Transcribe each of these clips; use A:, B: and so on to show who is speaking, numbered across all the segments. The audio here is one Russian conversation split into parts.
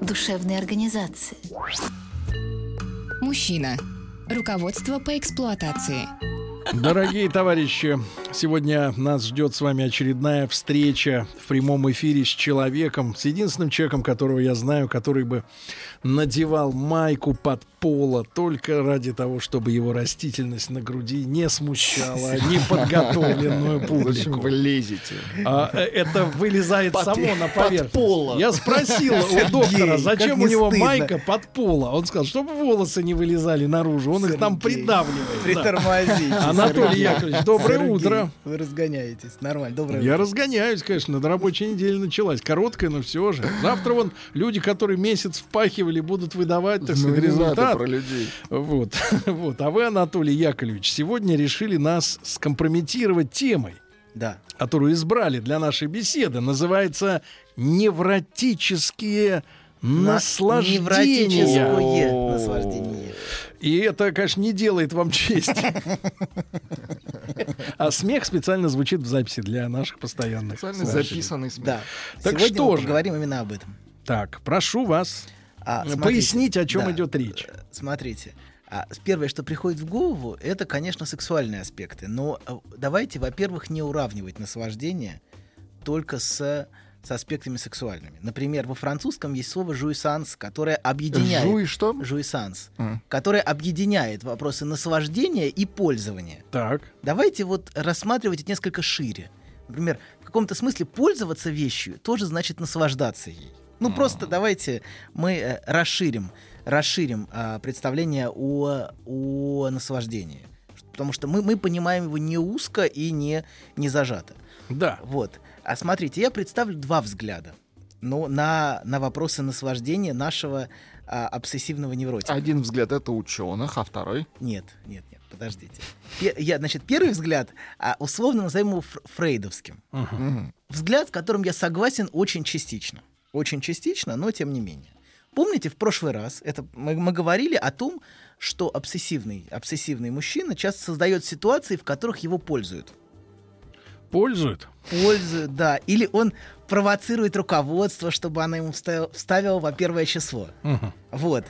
A: душевной организации.
B: Мужчина. Руководство по эксплуатации.
C: Дорогие товарищи, сегодня нас ждет с вами очередная встреча в прямом эфире с человеком, с единственным человеком, которого я знаю, который бы надевал майку под поло только ради того, чтобы его растительность на груди не смущала неподготовленную
D: Зачем
C: публику.
D: вы лезете?
C: А, э, это вылезает
D: Под-
C: само на
D: под
C: поверхность.
D: поло.
C: Я спросил у доктора,
D: как
C: зачем
D: не
C: у него
D: стыдно.
C: майка под поло. Он сказал, чтобы волосы не вылезали наружу, он их там
D: Сергей,
C: придавливает. да.
D: Притормозите.
C: Анатолий
D: Сергей.
C: Яковлевич, доброе
D: Сергей,
C: утро.
D: Вы разгоняетесь. Нормально, доброе
C: Я
D: утро.
C: разгоняюсь, конечно, до рабочей недели началась. Короткая, но все же. Завтра вон люди, которые месяц впахивали, будут выдавать, так
D: Ну,
C: сказать, результат.
D: людей.
C: Вот, вот. А вы, Анатолий Яковлевич, сегодня решили нас скомпрометировать темой,
D: Да.
C: которую избрали для нашей беседы. Называется «Невротические
D: На-
C: наслаждения».
D: Невротическое наслаждение.
C: И это, конечно, не делает вам честь. А смех специально звучит в записи для наших постоянных.
E: Специально
C: слушателей.
E: записанный смех.
D: Да.
C: Так
D: Сегодня
C: что
D: мы
C: же?
D: поговорим именно об этом.
C: Так, прошу вас
D: А,
C: э,
D: смотрите,
C: пояснить, о чем
D: да,
C: идет речь.
D: э, Смотрите. а, Первое, что приходит в голову, это, конечно, сексуальные аспекты. Но э, давайте, во-первых, не уравнивать наслаждение только с, с аспектами сексуальными. Например, во французском есть слово «жуйсанс», которое объединяет...
E: Жуй что?
D: Жуйсанс,
E: Мгм.
D: которое объединяет вопросы наслаждения и пользования.
C: Так,
D: Давайте вот рассматривать это несколько шире. Например, в каком-то смысле пользоваться вещью тоже значит наслаждаться ей. Ну просто давайте мы э, расширим, расширим а, представление о, о наслаждении. Потому что мы, мы понимаем его не узко и не, не зажато.
C: да.
D: Вот. А смотрите, я представлю два взгляда. Ну, на, на вопросы наслаждения нашего а, обсессивного невротика.
E: Один взгляд это ученых, а второй
D: Нет, нет, нет, подождите. Пе- Я, значит, первый взгляд, а, условно назовем его фр- фрейдовским.
C: Мгм.
E: Мгм.
D: Взгляд, с которым я согласен очень частично. Очень частично, но тем не менее. Помните, в прошлый раз это, мы, мы говорили о том, что обсессивный, обсессивный мужчина часто создает ситуации, в которых его пользуют.
C: Пользует.
D: Пользуют, да. Или он провоцирует руководство, чтобы оно ему вставило, вставило во первое число.
C: Мгм.
D: Вот,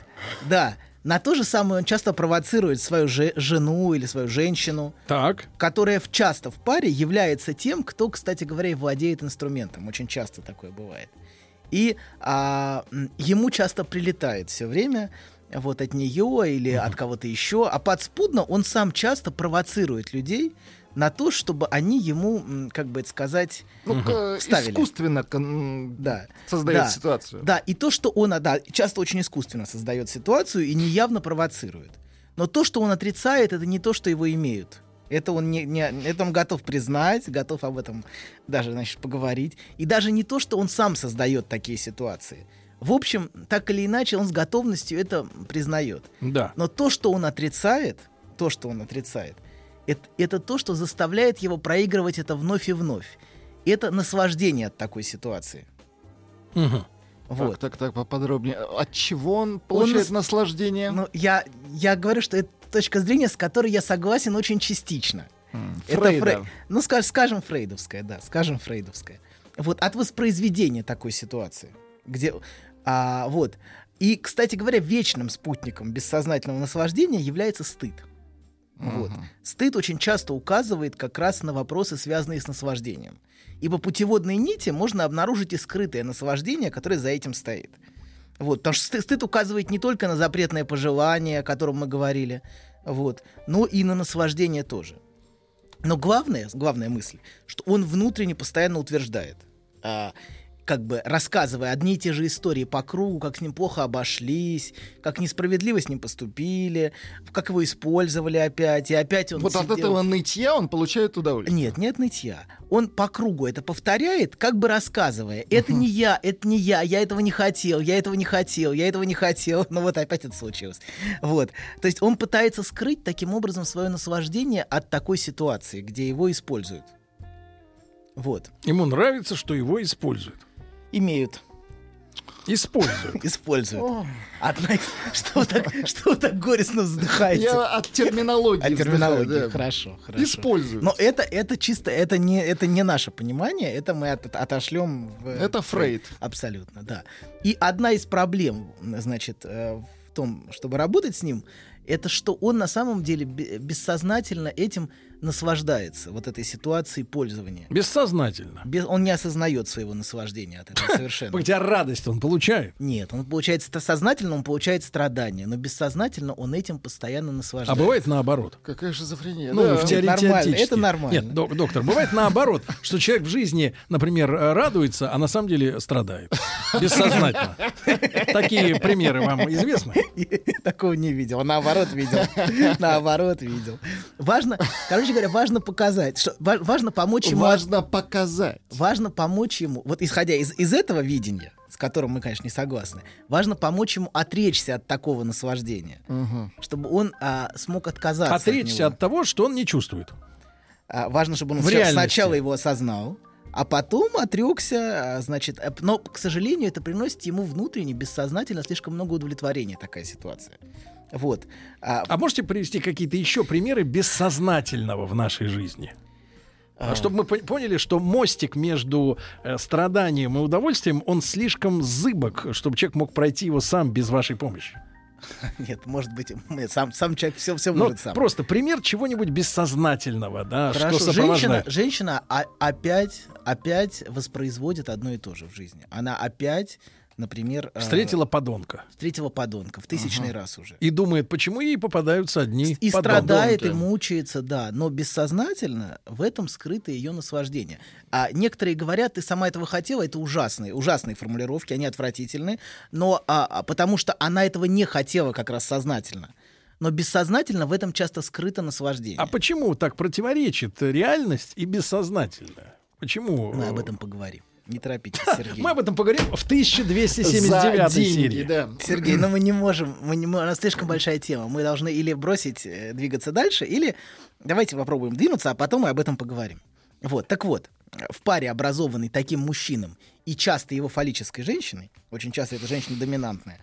D: да. На то же самое он часто провоцирует свою же- жену или свою женщину,
C: Так,
D: которая в- часто в паре является тем, кто, кстати говоря, и владеет инструментом. Очень часто такое бывает. И а, м, ему часто прилетает все время вот от нее или от кого-то еще, а подспудно он сам часто провоцирует людей на то, чтобы они ему, м, как бы это сказать,
E: ну, к-
D: Вставили.
E: искусственно кон-
D: да.
E: создает
D: Да.
E: ситуацию.
D: Да, и то, что он а, да, часто очень искусственно создает ситуацию и неявно провоцирует. Но то, что он отрицает, это не то, что его имеют. Это он, не, не- это он готов признать, готов об этом даже значит, поговорить. И даже не то, что он сам создает такие ситуации. В общем, так или иначе, он с готовностью это признает.
C: да.
D: Но то, что он отрицает, то, что он отрицает, это, это то, что заставляет его проигрывать это вновь и вновь. Это наслаждение от такой ситуации.
C: Мгм.
D: Вот.
E: Так, так, так, поподробнее. От чего он получает
D: нас-
E: наслаждение?
D: Ну, я, я говорю, что это точка зрения, с которой я согласен очень частично.
E: М,
D: Это
E: Фрейда.
D: Фрей- Ну, скажем, скажем, фрейдовская, да, скажем, фрейдовская. Вот, от воспроизведения такой ситуации, где... а, вот. И, кстати говоря, вечным спутником бессознательного наслаждения является стыд.
E: Мгм.
D: Вот. Стыд очень часто указывает как раз на вопросы, связанные с наслаждением. Ибо путеводные нити можно обнаружить и скрытое наслаждение, которое за этим стоит. Вот, потому что сты- стыд указывает не только на запретное пожелание, о котором мы говорили, вот, но и на наслаждение тоже. Но главное, главная мысль, что он внутренне постоянно утверждает. а, как бы рассказывая одни и те же истории по кругу, как с ним плохо обошлись, как несправедливо с ним поступили, как его использовали опять, и опять он
E: вот от
D: сидел-
E: этого нытья он получает удовольствие.
D: нет, нет нытья. Он по кругу это повторяет, как бы рассказывая. Это не я, это не я, я этого не хотел, я этого не хотел, я этого не хотел. Но вот опять это случилось. Вот. То есть он пытается скрыть таким образом свое наслаждение от такой ситуации, где его используют. Вот.
C: Ему нравится, что его используют.
D: Имеют.
C: Используют.
D: Используют.
E: О,
D: Одна из- Что вы так, что вы так горестно вздыхаете?
E: Я от терминологии.
D: О терминологии.
E: вздыхаю, да.
D: Хорошо, хорошо.
E: Использую.
D: Но это, это чисто, это не, это не наше понимание, это мы от- отошлем в...
E: Это Фрейд.
D: Абсолютно, да. И одна из проблем, значит, э, в том, чтобы работать с ним, это что он на самом деле бе- бессознательно этим наслаждается, вот этой ситуацией пользования.
C: Бессознательно.
D: Без- он не осознает своего наслаждения от этого совершенно.
C: Хотя радость он получает.
D: Нет, он получает ста- сознательно, он получает страдания, но бессознательно он этим постоянно
C: А
D: наслаждается.
C: бывает наоборот.
E: Какая шизофрения.
C: Ну,
E: да.
C: в теоретически.
D: нормально, это нормально.
C: Нет, док- доктор, бывает наоборот, что человек в жизни, например, э, радуется, а на самом деле страдает. Бессознательно. Такие примеры вам известны?
D: Такого не видел. а Наоборот, видел. Наоборот, видел. Важно, короче говоря, важно показать, что ва- важно помочь ему. от-
E: Важно показать.
D: Важно помочь ему, вот исходя из, из этого видения, с которым мы, конечно, не согласны, важно помочь ему отречься от такого наслаждения,
E: Мгм.
D: чтобы он а, смог отказаться.
C: Отречься
D: от,
C: от
D: него.
C: того, что он не чувствует.
D: А, важно, чтобы он
C: в
D: сначала-
C: реальности.
D: сначала его осознал, а потом отрекся, а, значит, а, но, к сожалению, это приносит ему внутренне, бессознательно слишком много удовлетворения такая ситуация. Вот. А,
C: А можете привести какие-то еще примеры бессознательного в нашей жизни?
D: а,
C: Чтобы мы пон- поняли, что мостик между э, страданием и удовольствием, он слишком зыбок, чтобы человек мог пройти его сам без вашей помощи.
D: Нет, может быть, нет, сам, сам человек все, все
C: Ну,
D: может сам.
C: просто пример чего-нибудь бессознательного, да,
D: Хорошо,
C: что
D: женщина,
C: сопровождает.
D: женщина а- опять, опять воспроизводит одно и то же в жизни. Она опять, например, э,
C: Встретила подонка
D: встретила подонка в тысячный раз уже.
C: и думает, почему ей попадаются одни
D: И
C: подонки.
D: страдает, и мучается, да, но бессознательно в этом скрыто ее наслаждение. А некоторые говорят, ты сама этого хотела, это ужасные, ужасные формулировки, они отвратительны, но а, а потому что она этого не хотела как раз сознательно. Но бессознательно в этом часто скрыто наслаждение.
C: А почему так противоречит реальность и бессознательное? Почему? э,
D: Мы об этом поговорим. Не торопитесь, Сергей.
C: Мы об этом поговорим в
E: За
C: 1279
E: деньги,
C: серии.
E: да.
D: Сергей, но мы не можем, мы не, мо- у нас слишком большая тема. Мы должны или бросить, э, двигаться дальше, или давайте попробуем двинуться, а потом мы об этом поговорим. Вот, так вот, в паре, образованной таким мужчином и часто его фаллической женщиной, очень часто эта женщина доминантная,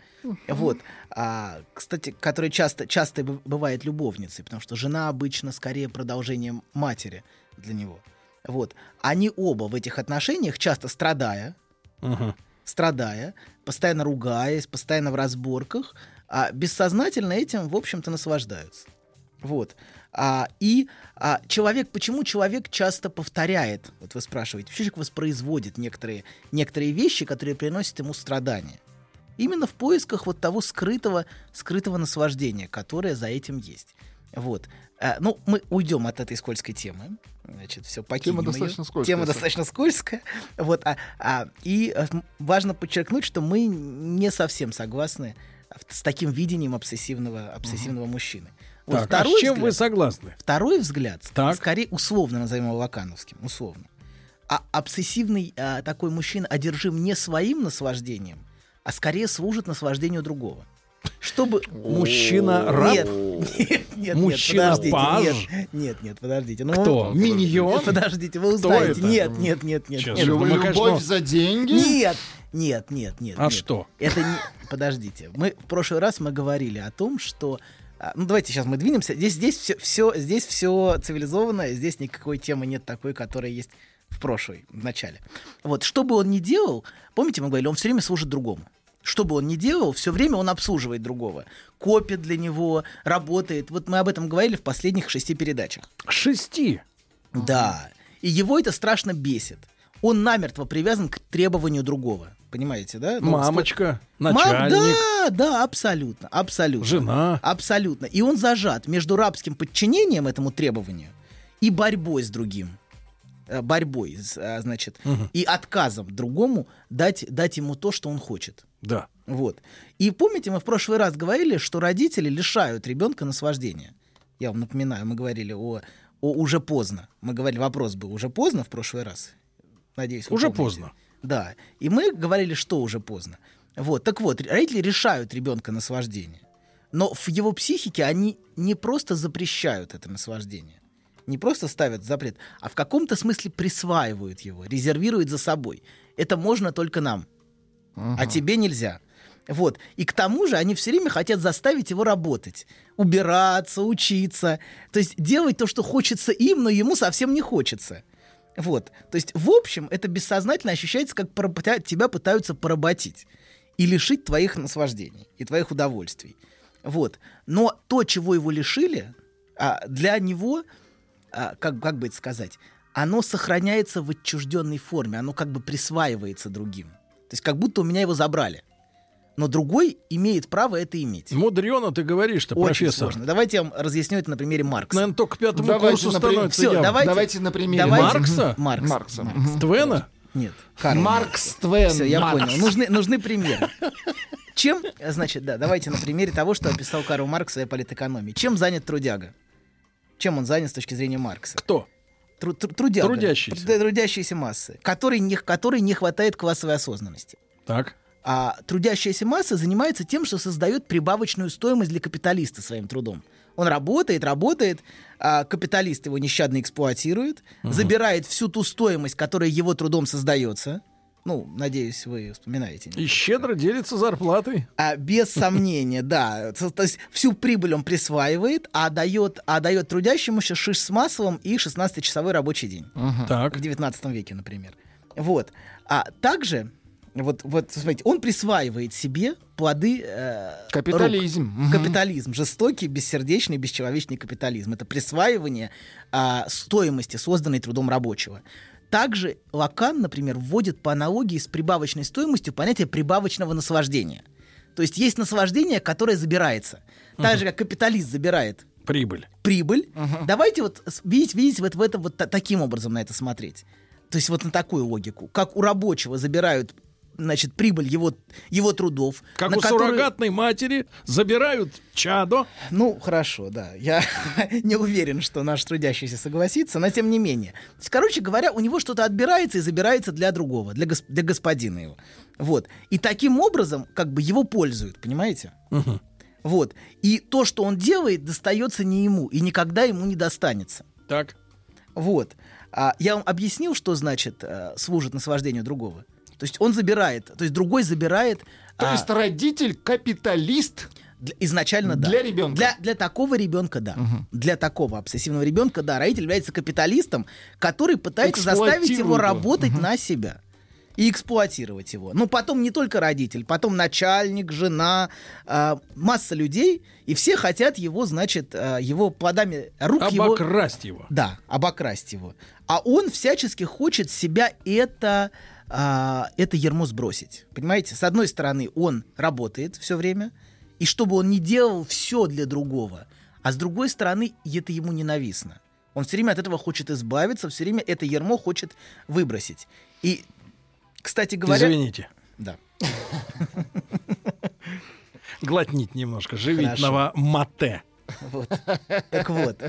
D: вот, а, кстати, которая часто, часто б- бывает любовницей, потому что жена обычно скорее продолжением матери для него. Вот, они оба в этих отношениях, часто страдая,
C: Мгм.
D: страдая, постоянно ругаясь, постоянно в разборках, а бессознательно этим, в общем-то, наслаждаются. Вот. А, и а, человек, почему человек часто повторяет, вот вы спрашиваете, почему человек воспроизводит некоторые, некоторые вещи, которые приносят ему страдания? Именно в поисках вот того скрытого, скрытого наслаждения, которое за этим есть. Вот. А, ну, мы уйдем от этой скользкой темы. Значит, все, покинем её.
E: достаточно скользкая,
D: Тема
E: кстати.
D: достаточно скользкая. Вот, а, а, и э, м, важно подчеркнуть, что мы не совсем согласны с таким видением обсессивного, обсессивного мужчины. Вот
C: Так, а с чем
D: взгляд-
C: вы согласны?
D: Второй взгляд,
C: Так.
D: скорее условно назовем его лакановским, условно. А обсессивный а, такой мужчина одержим не своим наслаждением, а скорее служит наслаждению другого. Чтобы...
C: Мужчина раб?
D: Нет, нет, нет,
C: Мужчина
D: подождите,
C: паж?
D: нет, нет, нет, подождите. Ну,
C: Кто? Миньон?
D: Подождите, вы узнаете.
C: это?
D: Нет, нет, нет, нет,
C: Сейчас
D: нет.
C: же
E: Лю-
C: ну, мы, конечно,
E: Любовь за деньги?
D: Нет, нет, нет, нет.
C: А
D: нет.
C: что?
D: Это не... Подождите. Мы в прошлый раз мы говорили о том, что а, ну давайте сейчас мы двинемся. Здесь здесь все, здесь все цивилизованное, здесь никакой темы нет такой, которая есть в прошлой в начале. Вот что бы он ни делал, помните, мы говорили, он все время служит другому. Что бы он ни делал, все время он обслуживает другого, копит для него, работает. Вот мы об этом говорили в последних шести передачах.
C: Шести.
D: Да. И его это страшно бесит. Он намертво привязан к требованию другого. Понимаете, да? Ну,
C: Мамочка,
D: ск- Мам-
C: начальник,
D: да, да, абсолютно, абсолютно.
C: жена.
D: Абсолютно. И он зажат между рабским подчинением этому требованию и борьбой с другим. э, борьбой, с, э, значит,
C: Мгм.
D: и отказом другому дать, дать ему то, что он хочет.
C: Да.
D: Вот. И помните, мы в прошлый раз говорили, что родители лишают ребенка наслаждения. Я вам напоминаю, мы говорили о, о уже поздно. Мы говорили, вопрос был уже поздно в прошлый раз. Надеюсь, вы
C: Уже
D: помните.
C: поздно.
D: Да. И мы говорили, что уже поздно. Вот. Так вот, родители решают ребенка наслаждение. Но в его психике они не просто запрещают это наслаждение, не просто ставят запрет, а в каком-то смысле присваивают его, резервируют за собой. Это можно только нам а тебе нельзя. Вот. И к тому же они все время хотят заставить его работать, убираться, учиться. То есть делать то, что хочется им, но ему совсем не хочется. Вот. То есть, в общем, это бессознательно ощущается, как поработя- тебя пытаются поработить и лишить твоих наслаждений и твоих удовольствий. Вот. Но то, чего его лишили, а, для него, а, как, как бы это сказать, оно сохраняется в отчужденной форме, оно как бы присваивается другим. То есть как будто у меня его забрали. Но другой имеет право это иметь.
C: Мудрено ты говоришь-то,
D: Очень
C: профессор.
D: сложно. Давайте я вам разъясню это на примере Маркса.
C: Наверное, только к пятому
E: Давайте,
C: курсу
E: например,
C: становится
D: всё,
C: явно.
D: давай- давайте-
E: Давайте на примере
D: давайте-
C: Маркса?
D: Маркс.
E: Маркса.
D: Маркс.
E: Мгм.
C: Твена?
D: Нет. Карл
E: Маркс Твен.
D: Все, я
E: Маркс.
D: понял. Нужны, нужны примеры. Чем, значит, да, давайте на примере того, что описал Карл Маркс в своей политэкономии. Чем занят трудяга? Чем он занят с точки зрения Маркса?
C: Кто?
D: Тру- тру- трудяга.
C: Трудящийся.
D: Тру- Трудящиеся массы, которой не, которой не хватает классовой осознанности.
C: Так.
D: А трудящаяся масса занимается тем, что создает прибавочную стоимость для капиталиста своим трудом. Он работает, работает, а капиталист его нещадно эксплуатирует, забирает всю ту стоимость, которая его трудом создается. Ну, надеюсь, вы вспоминаете.
C: И щедро делится зарплатой.
D: А, без сомнения, да. То то есть всю прибыль он присваивает, а дает, а дает трудящемуся шиш с маслом и 16-часовой рабочий день
C: Так.
D: в 19 веке, например. Вот. А также, вот, вот смотрите, он присваивает себе плоды э,
E: Капитализм.
D: рук.
E: Мгм.
D: Капитализм. Жестокий, бессердечный, бесчеловечный капитализм. Это присваивание а, стоимости, созданной трудом рабочего. Также Лакан, например, вводит по аналогии с прибавочной стоимостью понятие прибавочного наслаждения. То есть есть наслаждение, которое забирается. Так же, как капиталист забирает
C: Прибыль.
D: прибыль. Давайте вот с- видеть, видеть вот в этом вот та- таким образом на это смотреть. То есть вот на такую логику. Как у рабочего забирают значит, прибыль его, его трудов.
C: Как
D: на
C: у
D: которые-
C: суррогатной матери забирают чадо.
D: Ну, хорошо, да. Я не уверен, что наш трудящийся согласится, но тем не менее. То есть, короче говоря, у него что-то отбирается и забирается для другого, для, гос- для господина его. Вот. И таким образом как бы его пользуют, понимаете? Вот. И то, что он делает, достается не ему и никогда ему не достанется.
C: Так.
D: Вот. А я вам объяснил, что значит э, служит наслаждению другого. То есть он забирает, то есть другой забирает.
E: То
D: а,
E: есть родитель капиталист.
D: для- изначально да.
E: для ребенка.
D: Для, для такого ребенка, да. Для такого обсессивного ребенка, да, родитель является капиталистом, который пытается заставить
E: Эксплуатирует
D: его
E: его.
D: работать на себя и эксплуатировать его. Но потом не только родитель, потом начальник, жена, а, масса людей, и все хотят его, значит, а, его плодами рук его
C: Обокрасть его.
D: да, обокрасть его. А он всячески хочет себя это, а, это ермо сбросить. Понимаете? С одной стороны, он работает все время, и чтобы он не делал все для другого. А с другой стороны, это ему ненавистно. Он все время от этого хочет избавиться, все время это ермо хочет выбросить. И, кстати говоря...
C: Извините.
D: Да.
C: Глотнить немножко живительного мате.
D: Вот. Так вот,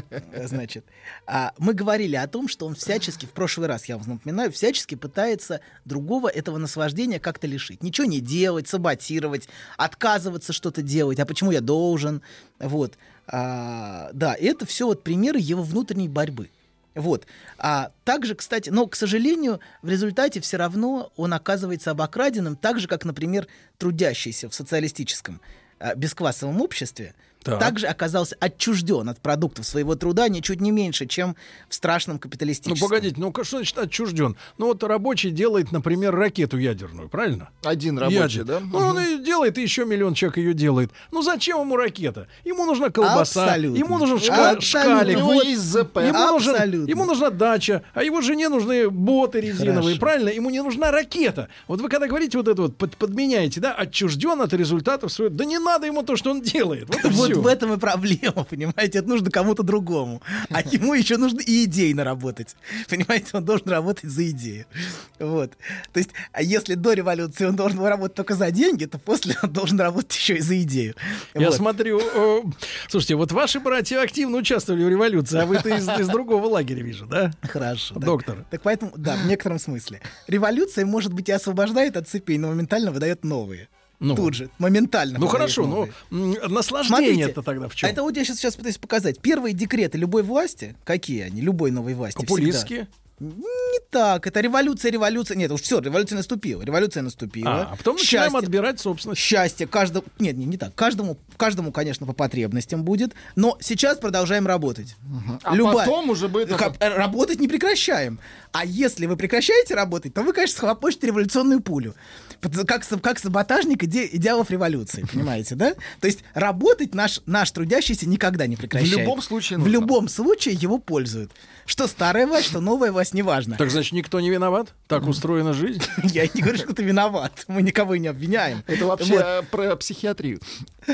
D: значит, а, мы говорили о том, что он всячески, в прошлый раз я вам напоминаю, всячески пытается другого этого наслаждения как-то лишить. Ничего не делать, саботировать, отказываться что-то делать. А почему я должен? Вот. А, да, это все вот примеры его внутренней борьбы. Вот. А также, кстати, но, к сожалению, в результате все равно он оказывается обокраденным, так же, как, например, трудящийся в социалистическом а, бесклассовом обществе,
C: Так.
D: также оказался отчужден от продуктов своего труда ничуть не меньше, чем в страшном
C: Ну,
D: капиталистическом.
C: погодите, ну ка- что значит отчужден? Ну, вот рабочий делает, например, ракету ядерную, правильно?
E: Один рабочий,
C: Ядер.
E: да?
C: Ну, он ее делает, и еще миллион человек ее делает. Ну, зачем ему ракета? Ему нужна колбаса,
D: Абсолютно.
C: ему нужен шка-
D: Абсолютно.
C: шкалик,
E: У него
D: вот-
E: есть ЗП.
C: Ему, нужен-
D: Абсолютно.
C: ему нужна дача, а его жене нужны боты резиновые,
D: Хорошо.
C: правильно? Ему не нужна ракета. Вот вы когда говорите вот это вот, под- подменяете, да, отчужден от результатов своего, да не надо ему то, что он делает. Вот и всё.
D: Вот вот в этом и проблема, понимаете? Это нужно кому-то другому. А ему еще нужно и идей наработать. Понимаете, он должен работать за идею. Вот. То есть, а если до революции он должен был работать только за деньги, то после он должен работать еще и за идею.
C: Я
D: Вот.
C: смотрю, э, слушайте, вот ваши братья активно участвовали в революции, а вы-то из, из другого лагеря вижу, да?
D: Хорошо. да.
C: Доктор.
D: Так поэтому, да, в некотором смысле. Революция, может быть, и освобождает от цепей, но моментально выдает новые.
C: Ну.
D: Тут же, моментально.
C: Ну
D: выдает
C: хорошо, ну
D: новые.
C: м,
D: Смотрите,
C: наслаждение-то тогда в чем?
D: Это вот я сейчас, пытаюсь показать. Первые декреты любой власти, какие они, любой новой власти.
C: Типа
D: всегда.
C: Популистские?
D: Не так, это революция, революция. Нет, уж все, революция наступила, революция наступила.
C: А, а потом
D: Счастье.
C: начинаем отбирать собственность.
D: Счастье каждому... Нет, не, не так. Каждому, каждому, конечно, по потребностям будет. Но сейчас продолжаем работать.
E: А потом уже будет...
D: Ха- э, Работать не прекращаем. А если вы прекращаете работать, то вы, конечно, схлопочете революционную пулю. Под- Как, саб- как саботажник иде- идеалов революции, понимаете, да? То есть работать наш, наш трудящийся никогда не прекращает.
E: любом случае
D: В
E: нужно.
D: любом случае его пользуют. Что старая власть, что новая власть, неважно.
C: Так значит, никто не виноват? Так устроена жизнь?
D: Я не говорю, что ты виноват. Мы никого и не обвиняем.
E: Это вообще
D: Вот.
E: э, про психиатрию.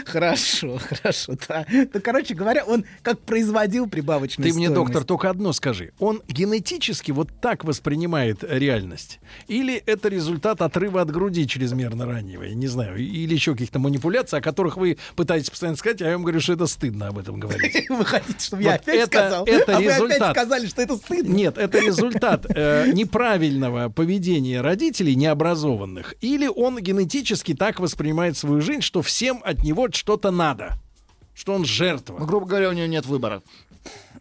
D: Хорошо, хорошо, да. Ну, короче говоря, он как производил прибавочную
C: Ты мне,
D: стоимость.
C: доктор, только одно скажи. Он генетически вот так воспринимает э, реальность? Или это результат отрыва от груди чрезмерно раннего? Я не знаю. Или еще каких-то манипуляций, о которых вы пытаетесь постоянно сказать, а я вам говорю, что это стыдно об этом говорить.
D: Вы хотите, чтобы
C: Вот
D: я опять
C: это-
D: сказал?
C: это
D: а вы
C: результат.
D: опять сказали, что это стыдно.
C: Нет, это результат э, неправильного поведения родителей необразованных. Или он генетически так воспринимает свою жизнь, что всем от него что-то надо. Что он
E: Ну,
C: жертва.
E: грубо говоря, у нее нет выбора.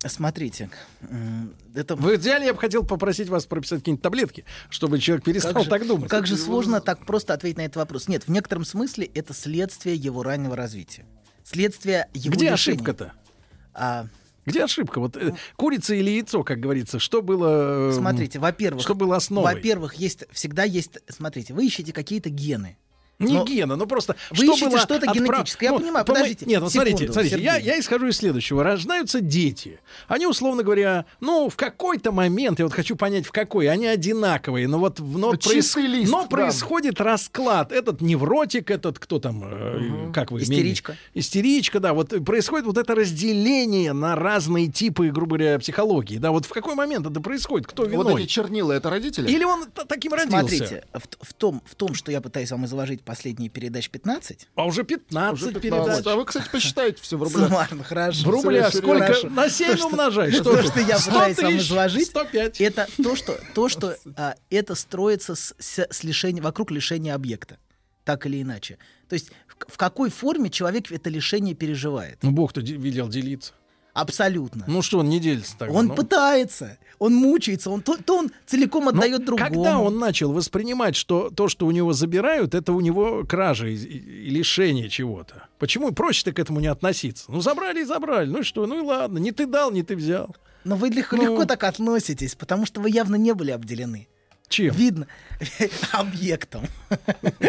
D: Смотрите, м, это
C: В идеале я бы хотел попросить вас прописать какие-нибудь таблетки, чтобы человек перестал
D: как же,
C: так думать.
D: как же сложно так просто ответить на этот вопрос. Нет, в некотором смысле это следствие его раннего развития. Следствие его
C: Где
D: решений.
C: ошибка-то?
D: А,
C: Где ошибка? Вот э, курица или яйцо, как говорится, что было. э,
D: Ну. смотрите, во-первых,
C: что было основой?
D: во-первых, есть всегда есть, смотрите, вы ищете какие-то гены.
C: Не
D: но-
C: гена, ну просто
D: Вы ищете
C: было
D: что-то
C: отправ-
D: генетическое. Я понимаю,
C: помой-
D: подождите,
C: Нет, ну смотрите,
D: секунду,
C: смотрите, я,
D: Сергей.
C: я исхожу из следующего. Рождаются дети. Они, условно говоря, ну, в какой-то момент, я вот хочу понять, в какой, они одинаковые, но вот в- но,
E: Ну, чистый лист,
C: но
E: да.
C: происходит расклад. Этот невротик, этот кто там, э, как вы
D: Истеричка.
C: Мени- Истеричка, да, вот э, происходит вот это разделение на разные типы, грубо говоря, психологии. Да, вот в какой момент это происходит? Кто виной?
E: Вот эти чернила — это родители?
C: Или он т- таким родился?
D: Смотрите, в, т- в том, в том, что я пытаюсь вам изложить последние передачи 15.
C: А уже 15,
E: Уже 15.
C: передач.
E: А вы, кстати, посчитаете все в рублях.
D: Суммарно, Ну, хорошо.
C: В рублях
E: Всё
C: сколько?
D: хорошо.
C: На 7
D: То, что-
C: умножай.
D: то,
C: же?
D: что я
C: 100
D: пытаюсь вам
C: тысяч,
D: изложить,
C: 105.
D: Это то, что, то, что а, это строится с, с- с лишения, вокруг лишения объекта, так или иначе. То есть в, в какой форме человек это лишение переживает?
C: Ну, Бог-то де- велел делиться.
D: Абсолютно.
C: Ну что, он не делится тогда?
D: он
C: ну?
D: пытается, он мучается, он то, то он целиком
C: Ну,
D: отдает другому.
C: Когда он начал воспринимать, что то, что у него забирают, это у него кража и, и- и лишение чего-то? Почему проще-то к этому не относиться? Ну, забрали и забрали. Ну и что? Ну и ладно. Не ты дал, не ты взял.
D: Но вы легко,
C: Ну.
D: легко так относитесь, потому что вы явно не были обделены.
C: Чем?
D: Видно объектом.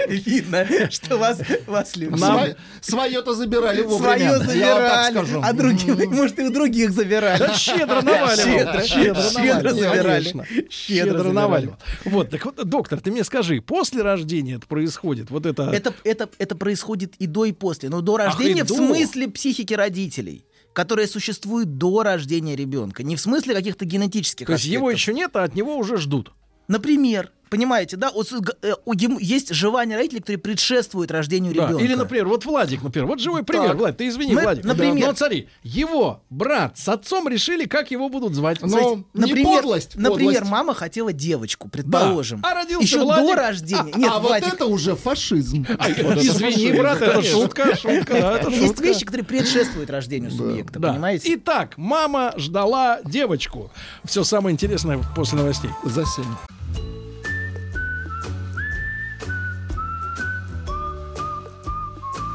D: Видно, что вас, вас любят.
E: Свое-то забирали вовремя.
D: Свое
E: Я вам так
D: забирали,
E: скажу.
D: а других, может, и у других забирали.
C: Да щедро наваливал.
D: Щедро, щедро
C: наваливал,
D: забирали.
C: конечно.
D: Щедро
C: Щедро
D: забирали.
C: наваливал. Вот, так вот, доктор, ты мне скажи, после рождения это происходит? Вот это...
D: Это, это, это происходит и до, и после. Но до
C: и
D: рождения в
C: до.
D: смысле психики родителей, которая существует до рождения ребенка. Не в смысле каких-то генетических
C: То есть его
D: аспектов.
C: еще нет, а от него уже ждут.
D: Например, понимаете, да, вот, с- г- э, у ему есть желание родителей, которые предшествуют рождению
C: Да,
D: ребенка.
C: Или, например, вот Владик, например, вот живой пример.
E: Так.
C: Влад, ты извини,
D: Мы-
C: Владик.
D: например-
C: Но смотри, его брат с отцом решили, как его будут звать.
E: Ну,
C: Смотрите,
E: не
D: Например,
E: подлость,
D: например
E: подлость.
D: мама хотела девочку, предположим.
C: А родился
D: Еще
C: Владик.
D: до рождения.
E: А-
D: Нет,
E: а
D: Владик,
E: вот это уже фашизм.
C: Извини, брат, это шутка, шутка, да, это
D: есть
C: шутка.
D: вещи, которые предшествуют рождению субъекта,
C: Да.
D: понимаете?
C: Итак, мама ждала девочку. Все самое интересное после новостей.
E: За семь.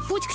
A: Путь к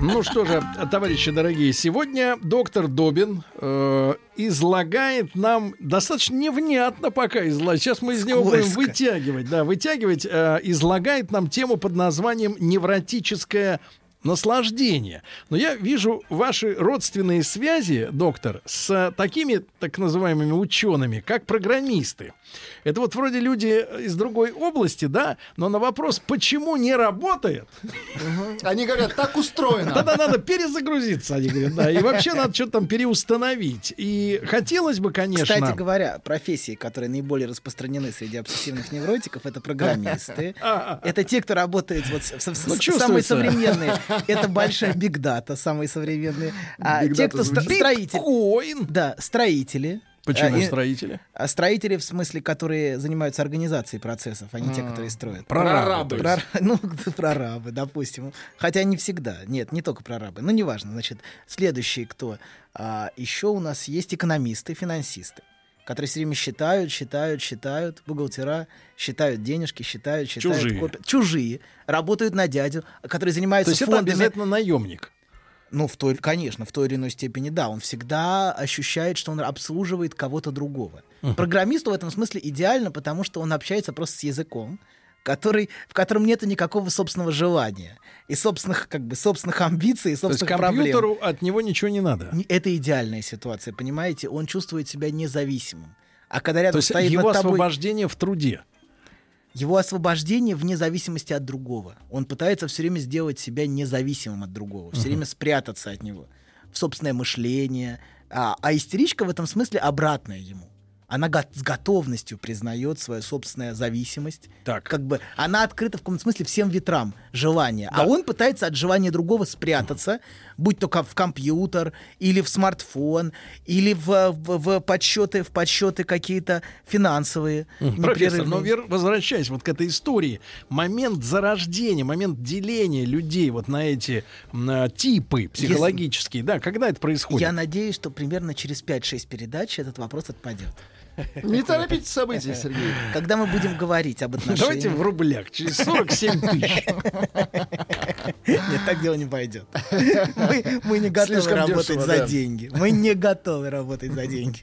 C: Ну что же, товарищи дорогие, сегодня доктор Добин э, излагает нам достаточно невнятно пока излагает. Сейчас мы из него будем
D: Скользко.
C: вытягивать, да, вытягивать. э, излагает нам тему под названием невротическая наслаждение. Но я вижу ваши родственные связи, доктор, с э, такими так называемыми учеными, как программисты. Это вот вроде люди из другой области, да, но на вопрос, почему не работает,
E: Они говорят, так устроено.
C: тогда надо перезагрузиться, они говорят, да, и вообще надо что-то там переустановить. И хотелось бы, конечно... а,
D: Кстати говоря, профессии, которые наиболее распространены среди обсессивных невротиков, это программисты.
C: а,
D: Это те, кто работает вот с- с- с-
C: Ну,
D: с-
C: чувствуется.
D: самые современные. Это большая бигдата, самые современные. А
E: Big
D: те,
E: data
D: кто ст-
E: звучит.
D: строители.
C: Биткоин.
D: Да, строители.
C: Почему
D: А, и-
C: строители?
D: а строители, в смысле, которые занимаются организацией процессов, а не те, которые строят.
C: Прорабы. то есть.
D: Прора- Ну, прорабы, допустим. Хотя не всегда. Нет, не только прорабы. Ну, неважно. Значит, следующие кто? А, еще у нас есть экономисты, финансисты, которые все время считают, считают, считают. Бухгалтера считают денежки, считают, считают.
C: Чужие.
D: копят. Чужие. Работают на дядю, которые
C: То
D: занимаются
C: есть это
D: фондами.
C: обязательно наемник.
D: Ну, в той, конечно, в той или иной степени, да. Он всегда ощущает, что он обслуживает кого-то другого. Программисту в этом смысле идеально, потому что он общается просто с языком, который, в котором нет никакого собственного желания и собственных, как бы, собственных амбиций и
C: То есть
D: собственных проблем.
C: компьютеру от него ничего не надо.
D: Н- Это идеальная ситуация, понимаете? Он чувствует себя независимым. А когда
C: То
D: рядом
C: есть
D: стоит
C: его
D: над тобой...
C: освобождение в труде.
D: Его освобождение вне зависимости от другого. Он пытается все время сделать себя независимым от другого, все время спрятаться от него в собственное мышление. А, а истеричка в этом смысле обратная ему. Она го- с готовностью признает свою собственную зависимость.
C: Так.
D: Как бы она открыта в каком-то смысле всем ветрам желания. А он пытается от желания другого спрятаться, будь то ко- в компьютер, или в смартфон, или в, в- в подсчеты, в подсчеты какие-то финансовые.
C: Профессор, ну, но
D: непрерывные.
C: вер- возвращаясь вот к этой истории, момент зарождения, момент деления людей вот на эти на типы психологические, да, когда это происходит?
D: Я надеюсь, что примерно через 5-6 передач этот вопрос отпадет.
E: Не торопите события, Сергей.
D: Когда мы будем говорить об
C: Давайте в
D: отношениях...
C: рублях, через 47 тысяч.
D: Нет, так дело не пойдет. Мы, мы не готовы
E: Слишком
D: работать
E: дешево,
D: за
E: да.
D: деньги. Мы не готовы работать за деньги.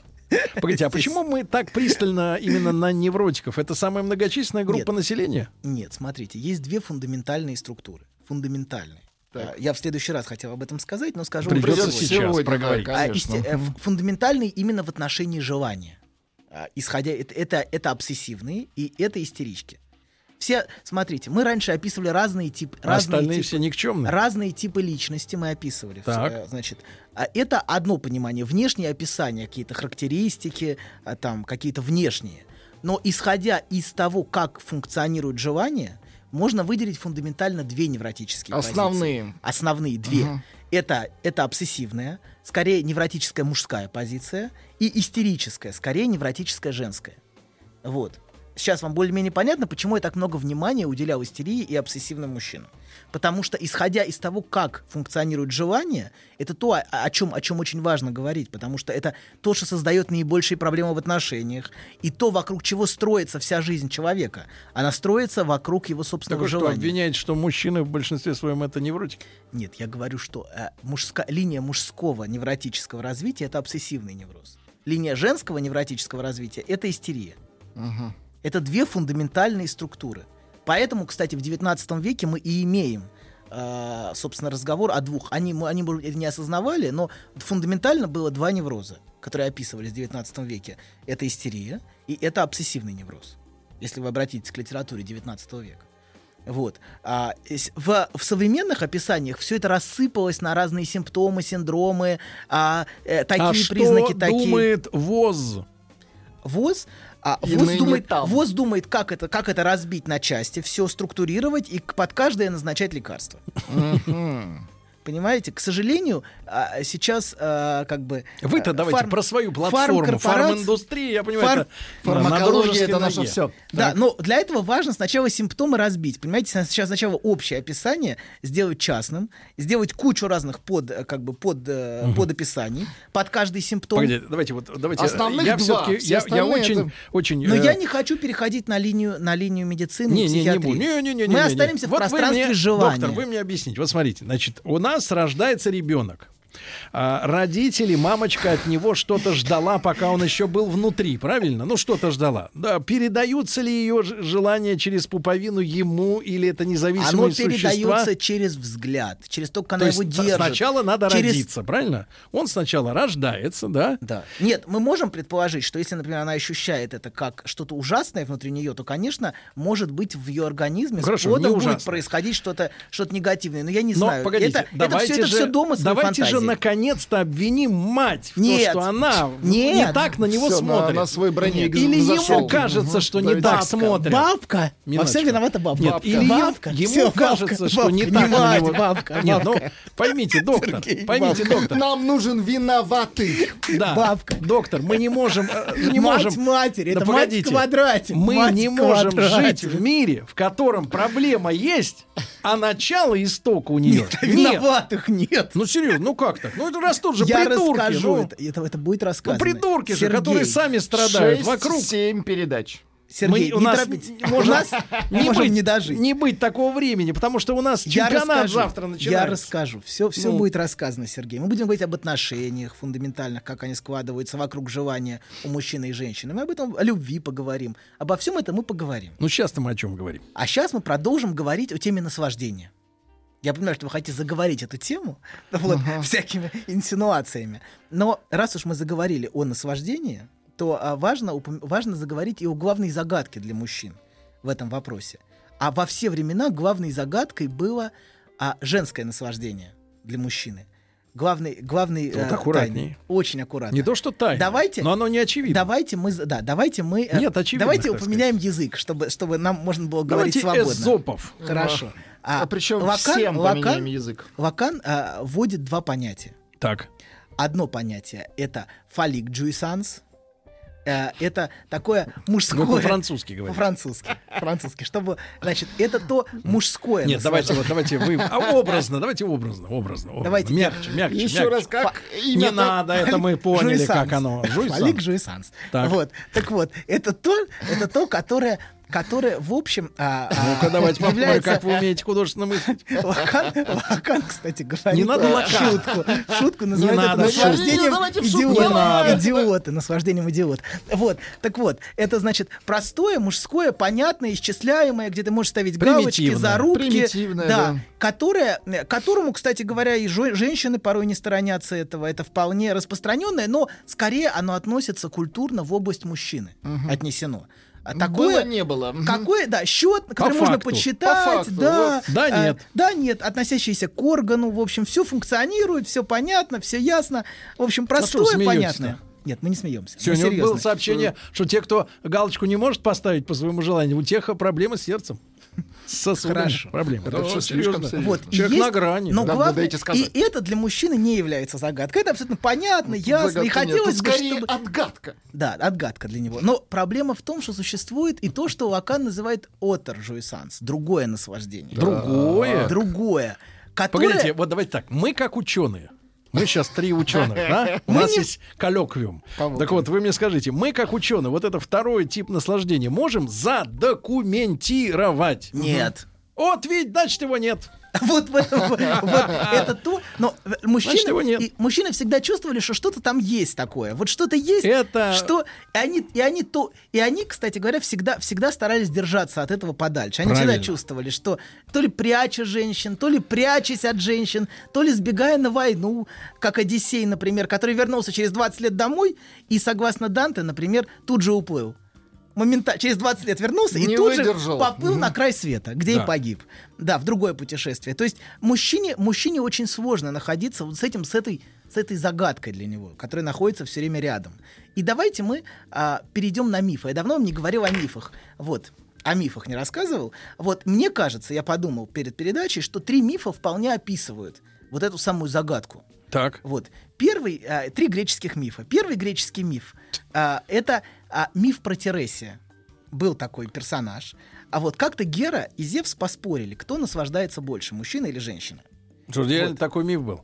C: Погодите, а почему мы так пристально именно на невротиков? Это самая многочисленная группа
D: Нет.
C: населения?
D: Нет, смотрите, есть две фундаментальные структуры. Фундаментальные. А, Я в следующий раз хотел об этом сказать, но скажу уже
C: Придётся
D: сегодня.
C: сейчас
E: сегодня, да,
C: проговорить.
D: А,
E: конечно.
D: исти- э, ф- фундаментальный именно в отношении желания. А, исходя, это, это, это обсессивные и это истерички. Все, смотрите, мы раньше описывали разные, тип,
C: А
D: разные
C: остальные
D: типы.
C: все никчемные?
D: Разные типы личности мы описывали. Всё,
C: Так.
D: э, Значит, а это одно понимание, внешнее описание, какие-то характеристики, а там какие-то внешние. Но исходя из того, как функционирует желание, можно выделить фундаментально две невротические позиции.
E: Основные.
D: Основные две.
E: Мгм.
D: Это, это обсессивная, скорее невротическая мужская позиция и истерическая, скорее невротическая женская. Вот. Сейчас вам более-менее понятно, почему я так много внимания уделял истерии и обсессивным мужчинам. Потому что, исходя из того, как функционирует желание, это то, о, о чем, о чем очень важно говорить, потому что это то, что создает наибольшие проблемы в отношениях, и то, вокруг чего строится вся жизнь человека. Она строится вокруг его
C: Так
D: собственного
C: вы что,
D: желания.
C: обвиняете, что мужчины в большинстве своем это невротики?
D: Нет, я говорю, что э, мужска- линия мужского невротического развития это обсессивный невроз. Линия женского невротического развития это истерия.
E: Мгм.
D: Это две фундаментальные структуры. Поэтому, кстати, в 19 веке мы и имеем, э, собственно, разговор о двух. Они, мо- они, может быть, это не осознавали, но фундаментально было два невроза, которые описывались в 19 веке. Это истерия и это обсессивный невроз, если вы обратитесь к литературе 19 века. Вот. А, с- в, в современных описаниях все это рассыпалось на разные симптомы, синдромы, а, э, такие
C: а
D: признаки,
C: что
D: такие.
C: думает ВОЗ?
D: ВОЗ, а,
E: И
D: ВОЗ,
E: ныне
D: думает,
E: там.
D: ВОЗ думает, как это, как это разбить на части, все структурировать и к- под каждое назначать лекарство.
E: Мгм.
D: Понимаете? К сожалению, а, сейчас а, как бы...
C: Вы-то
D: а,
C: давайте
D: фарм-
C: про свою платформу,
D: фармкорпорацию-
C: фарм-индустрию, я понимаю,
D: фарм-
C: это на- на
E: Фармакология
C: дружеской
E: это наше
C: ноге.
E: все.
D: Да, но для этого важно сначала симптомы разбить. Понимаете, сначала, сначала общее описание сделать частным, сделать кучу разных под, э, как бы, под, э, под описаний, под каждый симптом.
C: Погодите, давайте вот, давайте. э,
E: Основных
C: я
E: два,
C: все-таки,
E: все
C: я, я
E: остальные
C: очень,
E: это-
C: очень.
D: Но
C: э,
D: я не хочу переходить на линию, на линию медицины
C: не,
D: и
C: не, не
D: Ну, психиатрии.
C: буду. Не, не, не, не, не,
D: Мы
C: не.
D: останемся в
C: Вот вы
D: пространстве
C: мне,
D: желания.
C: Доктор, вы мне объясните. Вот смотрите, значит, у нас рождается ребенок. А, родители, мамочка от него что-то ждала, пока он еще был внутри, правильно? Ну, что-то ждала. Да, передаются ли ее ж- желания через пуповину ему, или это
D: Оно
C: независимые существа?
D: передается через взгляд, через то, как
C: То
D: она
C: есть
D: его
C: с-
D: держит.
C: сначала надо
D: через-
C: родиться, правильно? Он сначала рождается, да?
D: Да. Нет, мы можем предположить, что если, например, она ощущает это как что-то ужасное внутри нее, то, конечно, может быть, в ее организме
C: Хорошо,
D: с плодом
C: не
D: будет
C: ужасно.
D: происходить что-то что негативное. Но я не
C: Но
D: знаю.
C: погодите,
D: это, это
C: давайте
D: все, это
C: же,
D: все домыслы и
C: давайте же
D: фантазии.
C: наконец-то обвиним мать в
D: Нет.
C: том, что она в- не
D: Нет.
C: так на него
E: Всё, на-
C: смотрит.
E: На, свой броней
C: Или
E: взошёл.
C: ему кажется,
E: Мгм.
C: что
E: Да
C: не
E: ведь
C: так
E: бабка.
C: смотрит.
D: Бабка. Во
C: Минуточку.
D: всем виновата бабка.
C: Нет,
D: бабка.
C: или ем-
D: бабка.
C: ему
D: Всё, бабка,
C: кажется, что не
D: бабка,
C: так на
D: мать,
C: него-
D: Бабка,
C: Нет, ну,
D: бабка.
C: поймите, доктор,
D: Сергей,
C: поймите,
D: бабка.
C: доктор,
E: Нам нужен виноватый.
C: да,
D: бабка.
C: доктор, мы не можем, э, не
D: мать
C: можем,
D: матери,
C: Да
D: это мать в
C: погодите.
D: квадрате.
C: мы
D: мать
C: не
D: в
C: можем
D: квадрате.
C: жить в мире, в котором проблема есть, а начало истока у нее
D: Нет,
C: нет.
D: виноватых нет.
C: Ну серьезно, ну как так? Ну это растут же
D: Я
C: придурки.
D: расскажу,
C: ну.
D: это, это, это будет
C: Ну,
D: рассказано.
C: придурки же,
D: Сергей,
C: которые сами страдают
E: Шесть,
C: вокруг.
E: Семь передач.
D: Сергей,
C: Мы- у
D: не
C: нас
D: торопитесь.
C: не- может,
D: у нас
C: Не
D: можем
C: быть,
D: не дожить.
C: не быть такого времени, потому что у нас
D: Я
C: чемпионат
D: расскажу,
C: завтра
D: Я
C: начинается.
D: расскажу. Все, все
C: Ну.
D: будет рассказано, Сергей. Мы будем говорить об отношениях фундаментальных, как они складываются вокруг желания у мужчины и женщины. Мы об этом, о любви поговорим. Обо всем этом мы поговорим.
C: Ну сейчас-то мы о чем говорим?
D: А сейчас мы продолжим говорить о теме наслаждения. Я понимаю, что вы хотите заговорить эту тему ну, вот, всякими инсинуациями. Но раз уж мы заговорили о наслаждении, то а, важно, упом- важно заговорить и о главной загадке для мужчин в этом вопросе. А во все времена главной загадкой было а, женское наслаждение для мужчины. Главный, главный
C: Вот
D: э,
C: аккуратней.
D: тайной. Очень аккуратно.
C: Не то, что тайна.
D: Давайте-
C: Но оно не очевидно.
D: Давайте мы, за- да, давайте мы, э,
C: Нет, очевидно,
D: давайте
C: так
D: поменяем язык, чтобы, чтобы нам можно было
C: Давайте
D: говорить свободно.
C: эзопов.
D: Хорошо.
E: А, причем всем поменяем язык.
D: Лакан, а, вводит два понятия.
C: Так.
D: Одно понятие это фалик джуисанс. э, Это такое мужское.
C: Ну, по-французски говорите.
D: По-французски. По-французски. Чтобы, значит, это то мужское.
C: Нет, давайте,
D: наслаждение.
C: вот, давайте вы... а, образно, давайте образно, образно. образно.
D: Давайте.
C: Мягче, мягче,
E: Еще
C: мягче.
E: раз как
C: Не
E: имя то-
C: надо, это мы поняли,
D: Жуйсанс.
C: как оно. Жуйсан.
D: Фалик Жуйсанс.
C: Так.
D: Вот. Так вот, это то, это то, которое, которое, в общем, а, а,
C: Ну-ка, давайте посмотрим,
D: является-
C: как вы умеете художественно мыслить.
D: Лакан, Лакан, кстати, говорит.
C: Не надо Лакан.
D: Шутку. Шутку называют это
C: надо.
E: Не
D: наслаждением
E: давайте в шутку,
C: не надо.
D: идиота. Идиота, наслаждением идиот. Вот, так вот, это значит простое, мужское, понятное, исчисляемое, где ты можешь ставить галочки,
C: Примитивное.
D: зарубки.
E: Примитивное, да.
D: Которое, э, которому, кстати говоря, и жо- женщины порой не сторонятся этого. Это вполне распространенное, но скорее оно относится культурно в область мужчины. Отнесено. А
E: Было
D: Такое,
E: не было. Мгм.
D: Какой, да, счет, который можно
C: факту.
D: подсчитать,
E: По факту,
D: да.
C: вот. Да,
D: э,
C: нет.
D: да, нет, относящиеся к органу, в общем, все функционирует, все понятно, все ясно. В общем,
C: что вы
D: простое,
C: смеетесь-то?
D: понятное. Нет, мы не смеемся. мы
C: Сегодня
D: серьезны.
C: было сообщение, что те, кто галочку не может поставить по своему желанию, у тех проблемы с сердцем. Со
D: Хорошо.
C: Проблемы.
E: Это всё слишком серьезно.
D: Вот, и
C: Человек
D: есть-
C: на грани.
D: Но
E: Да,
D: главное,
E: надо эти сказать.
D: и это для мужчины не является загадкой. Это абсолютно
C: Ну,
D: понятно, ясно.
E: Загадка
D: и
E: нет.
D: хотелось
E: Тут
D: бы,
E: скорее
D: чтобы...
E: отгадка.
D: Да, отгадка для него. Но проблема в том, что существует и то, что Лакан называет отор жуисанс, другое наслаждение.
C: Другое.
D: Другое. Которое...
C: Погодите, вот давайте так. Мы как ученые. Мы сейчас три ученых, да? У
D: Мы
C: нас
D: не-
C: есть коллоквиум.
E: Коллоквиум.
C: Так вот, вы мне скажите, мы как ученые, вот это второй тип наслаждения можем задокументировать?
D: Нет.
C: Вот ведь, значит, его нет.
D: Вот, в этом- вот это то. Но
C: Значит, его
D: мужчины,
C: нет.
D: и мужчины всегда чувствовали, что что-то там есть такое. Вот что-то есть,
C: Это-
D: что и они, и они то, и они, кстати говоря, всегда, всегда старались держаться от этого подальше. Они
C: Правильно.
D: всегда чувствовали, что то ли пряча женщин, то ли прячась от женщин, то ли сбегая на войну, как Одиссей, например, который вернулся через 20 лет домой и, согласно Данте, например, тут же уплыл. Момента... Через 20 лет вернулся
E: Не
D: и тут
E: выдержал.
D: же поплыл на край света, где
C: Да.
D: и погиб. Да, в другое путешествие. То есть мужчине, мужчине очень сложно находиться вот с этим, с этой, с этой загадкой для него, которая находится все время рядом. И давайте мы а, перейдем на мифы. Я давно вам не говорил о мифах. Вот. О мифах не рассказывал. Вот, мне кажется, я подумал перед передачей, что три мифа вполне описывают вот эту самую загадку.
C: Так.
D: Вот. Первый, а, три греческих мифа. Первый греческий миф а, это а, миф про Тересия. Был такой персонаж. А вот как-то Гера и Зевс поспорили, кто наслаждается больше, мужчина или женщина.
C: Что, реально такой миф был?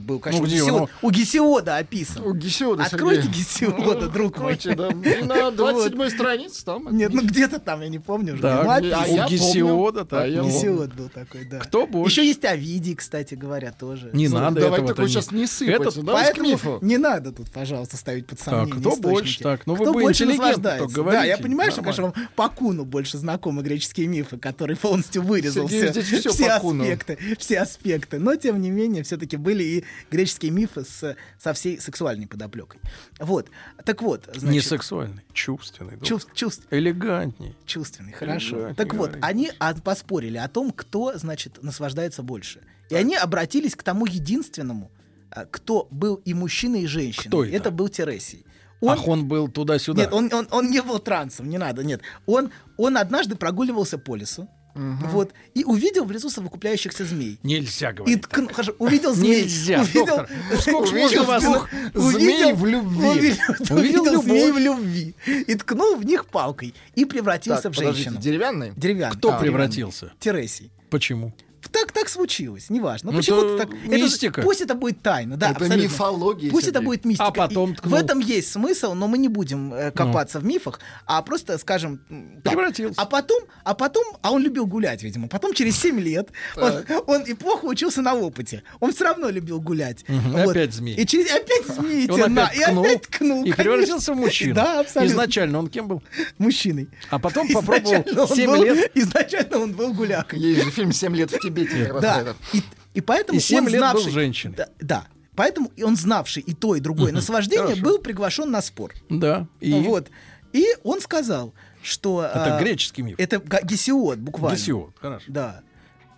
D: был,
C: Ну,
D: конечно, у,
C: где он?
D: Гесиода, у Гесиода описан.
E: У Гесиода,
D: Откройте
E: Сергей.
D: Гесиода, друг мой.
E: Откройте, да. И на 27 странице там.
D: Нет, ну где-то там, я не помню уже.
C: Так,
D: Ну,
E: а
D: описан.
C: у
E: я
C: Гесиода,
E: помню.
C: так.
E: А я
C: ну,
D: Гесиод был такой, да.
C: Кто больше?
D: Еще есть Овидий, кстати говоря, тоже.
C: Не
E: Ну,
C: надо
E: давай
C: этого.
E: такой сейчас не сыпать, да? Давай к мифу.
D: Поэтому не надо тут, пожалуйста, ставить под
C: Ну, Так,
D: сомнение
C: кто
D: источники.
C: больше? Так, ну вы
D: кто
C: бы
D: больше
C: интеллигент,
D: наслаждается?
C: только
D: Да, я
C: говорите.
D: понимаю, что,
C: Нормально.
D: конечно, вам по Куну больше знакомы греческие мифы, который полностью вырезал
E: Сергей,
D: все,
E: здесь всё
D: все
E: по Куну.
D: аспекты, все аспекты. Но, тем не менее, все-таки были и греческие мифы с, со всей сексуальной подоплекой. Вот. Так вот,
C: Не
D: значит...
C: сексуальный, чувственный. друг.
D: чувств- чувств-
C: Элегантней.
D: чувственный, хорошо.
C: Элегантней,
D: так вот,
C: говорит.
D: они от- поспорили о том, кто, значит, наслаждается больше. И они обратились к тому единственному, а, кто был и мужчиной, и женщиной.
C: Кто это?
D: это? был Тересий.
C: Ах, он был туда-сюда.
D: Нет, он, он, он не был трансом, не надо, нет. Он, он однажды прогуливался по лесу, вот, и увидел в лесу совокупляющихся змей.
C: Нельзя
D: И
C: говорить.
D: ткнул, хорошо, увидел змей.
C: Нельзя,
D: увидел,
C: доктор. Сколько ж
D: увидел-
C: можно вас, ух,
E: змей в любви?
D: Увидел,
C: Увидел
D: увидел змей
C: любовь.
D: в любви. И ткнул в них палкой. И
E: Так,
D: превратился в
E: подождите,
D: женщину.
E: деревянный?
D: Деревянный.
C: Кто
D: А,
C: превратился?
D: деревянный. Тересий.
C: Почему?
D: Так, так случилось, неважно.
C: Ну,
D: Почему-то
C: это
D: так.
C: мистика.
D: Это, пусть это будет тайна, да.
E: Это
D: абсолютно.
E: мифология,
D: Пусть это
E: Сергей.
D: будет мистика.
C: А потом
D: И В
C: ткнул. Ну.
D: этом есть смысл, но мы не будем э, копаться в мифах, а просто скажем. м, так.
C: Превратился.
D: А потом, а потом, а он любил гулять, видимо. Потом через 7 лет он, он и плохо учился на опыте. Он все равно любил гулять.
C: Мгм, опять змей.
D: И через опять змеи.
C: И он
D: тебе на,
C: опять
D: и
C: ткнул,
D: опять ткнул.
C: И
D: конечно.
C: превратился в мужчину.
D: Да, абсолютно.
C: Изначально он кем был?
D: Мужчиной.
C: А потом попробовал
D: Изначально он
C: 7
D: был-
C: лет.
D: Изначально он был гулякой.
E: Есть же фильм «Семь лет в Тибете». как раз про
D: Да.
E: это.
D: И, и поэтому
C: И семь
D: он
C: лет был
D: знавший,
C: женщиной.
D: Да, да. Поэтому и он знавший и то, и другое наслаждение был приглашен на спор.
C: Да. И
D: Вот. И он сказал, что...
C: Это
D: а,
C: греческий миф.
D: Это га- Гесиод, буквально.
C: Гесиод, хорошо.
D: Да.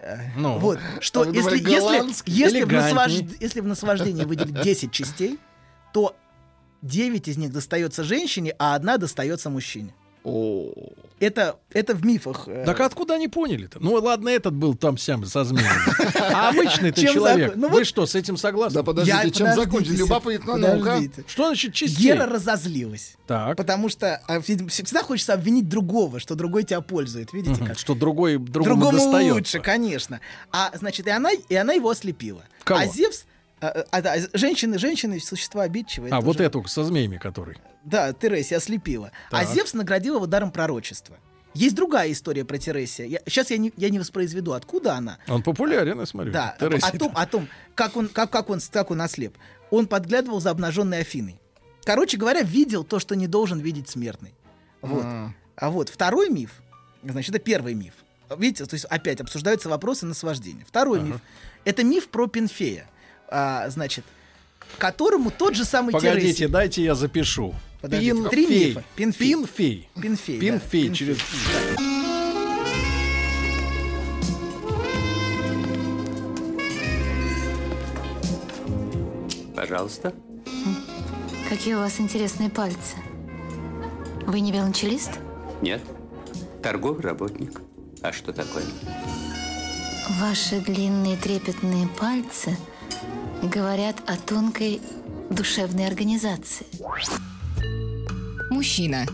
D: Э,
C: Ну.
D: Вот, что
E: А вы
D: если,
E: думали,
D: если,
E: голландский?
D: если, в
C: Элегантней.
D: наслажд- если в наслаждении выделить 10 частей, то 9 из них достается женщине, а одна достается мужчине.
E: О.
D: Это, это в мифах. э,
C: Так а откуда они поняли-то? Ну ладно, этот был там сям со змеями. А обычный ты
D: Чем
C: человек.
D: закон- ну
C: Вы
D: вот-
C: что, с этим согласны?
E: Да подождите,
D: Я-
E: чем
D: подождите,
E: закончить?
D: Сер-
E: Любопытно, ну-ка.
D: подождите.
C: Что значит частей?
D: Гера разозлилась.
C: Так.
D: Потому что а, видимо, всегда хочется обвинить другого, что другой тебя пользует. Видите,
C: Мгм.
D: как?
C: Хм, Что другой другому,
D: Другому
C: достается.
D: лучше, конечно. А значит, и она, и она его ослепила.
C: Кого?
D: А Зевс. а, а, а, женщины, женщины, существа обидчивые.
C: А,
D: это
C: вот
D: уже-
C: эту со змеями, который.
D: Да, Тересия ослепила. А
C: Так.
D: Зевс наградил его даром пророчества. Есть другая история про Тересия. сейчас я не, я не воспроизведу, откуда она.
C: Он популярен, я смотрю.
D: Да, а о,
C: Тересий.
D: том, о том, как он, как, как он, как он ослеп. Он подглядывал за обнаженной Афиной. Короче говоря, видел то, что не должен видеть смертный. Вот.
E: М.
D: А вот второй миф, значит, это первый миф. Видите, то есть опять обсуждаются вопросы наслаждения. Второй миф — это миф про Пенфея, а, значит, которому тот же самый
C: Погодите,
D: Тересий-
C: дайте я запишу.
D: Подождите,
C: Пинфей.
D: три мифа. Пинфей.
C: Пинфей.
D: Пинфей, да,
C: Пинфей через...
F: Пожалуйста.
A: Какие у вас интересные пальцы. Вы не велончелист?
F: Нет. Торговый работник. А что такое?
A: Ваши длинные трепетные пальцы говорят о тонкой душевной организации.
B: Мужчина.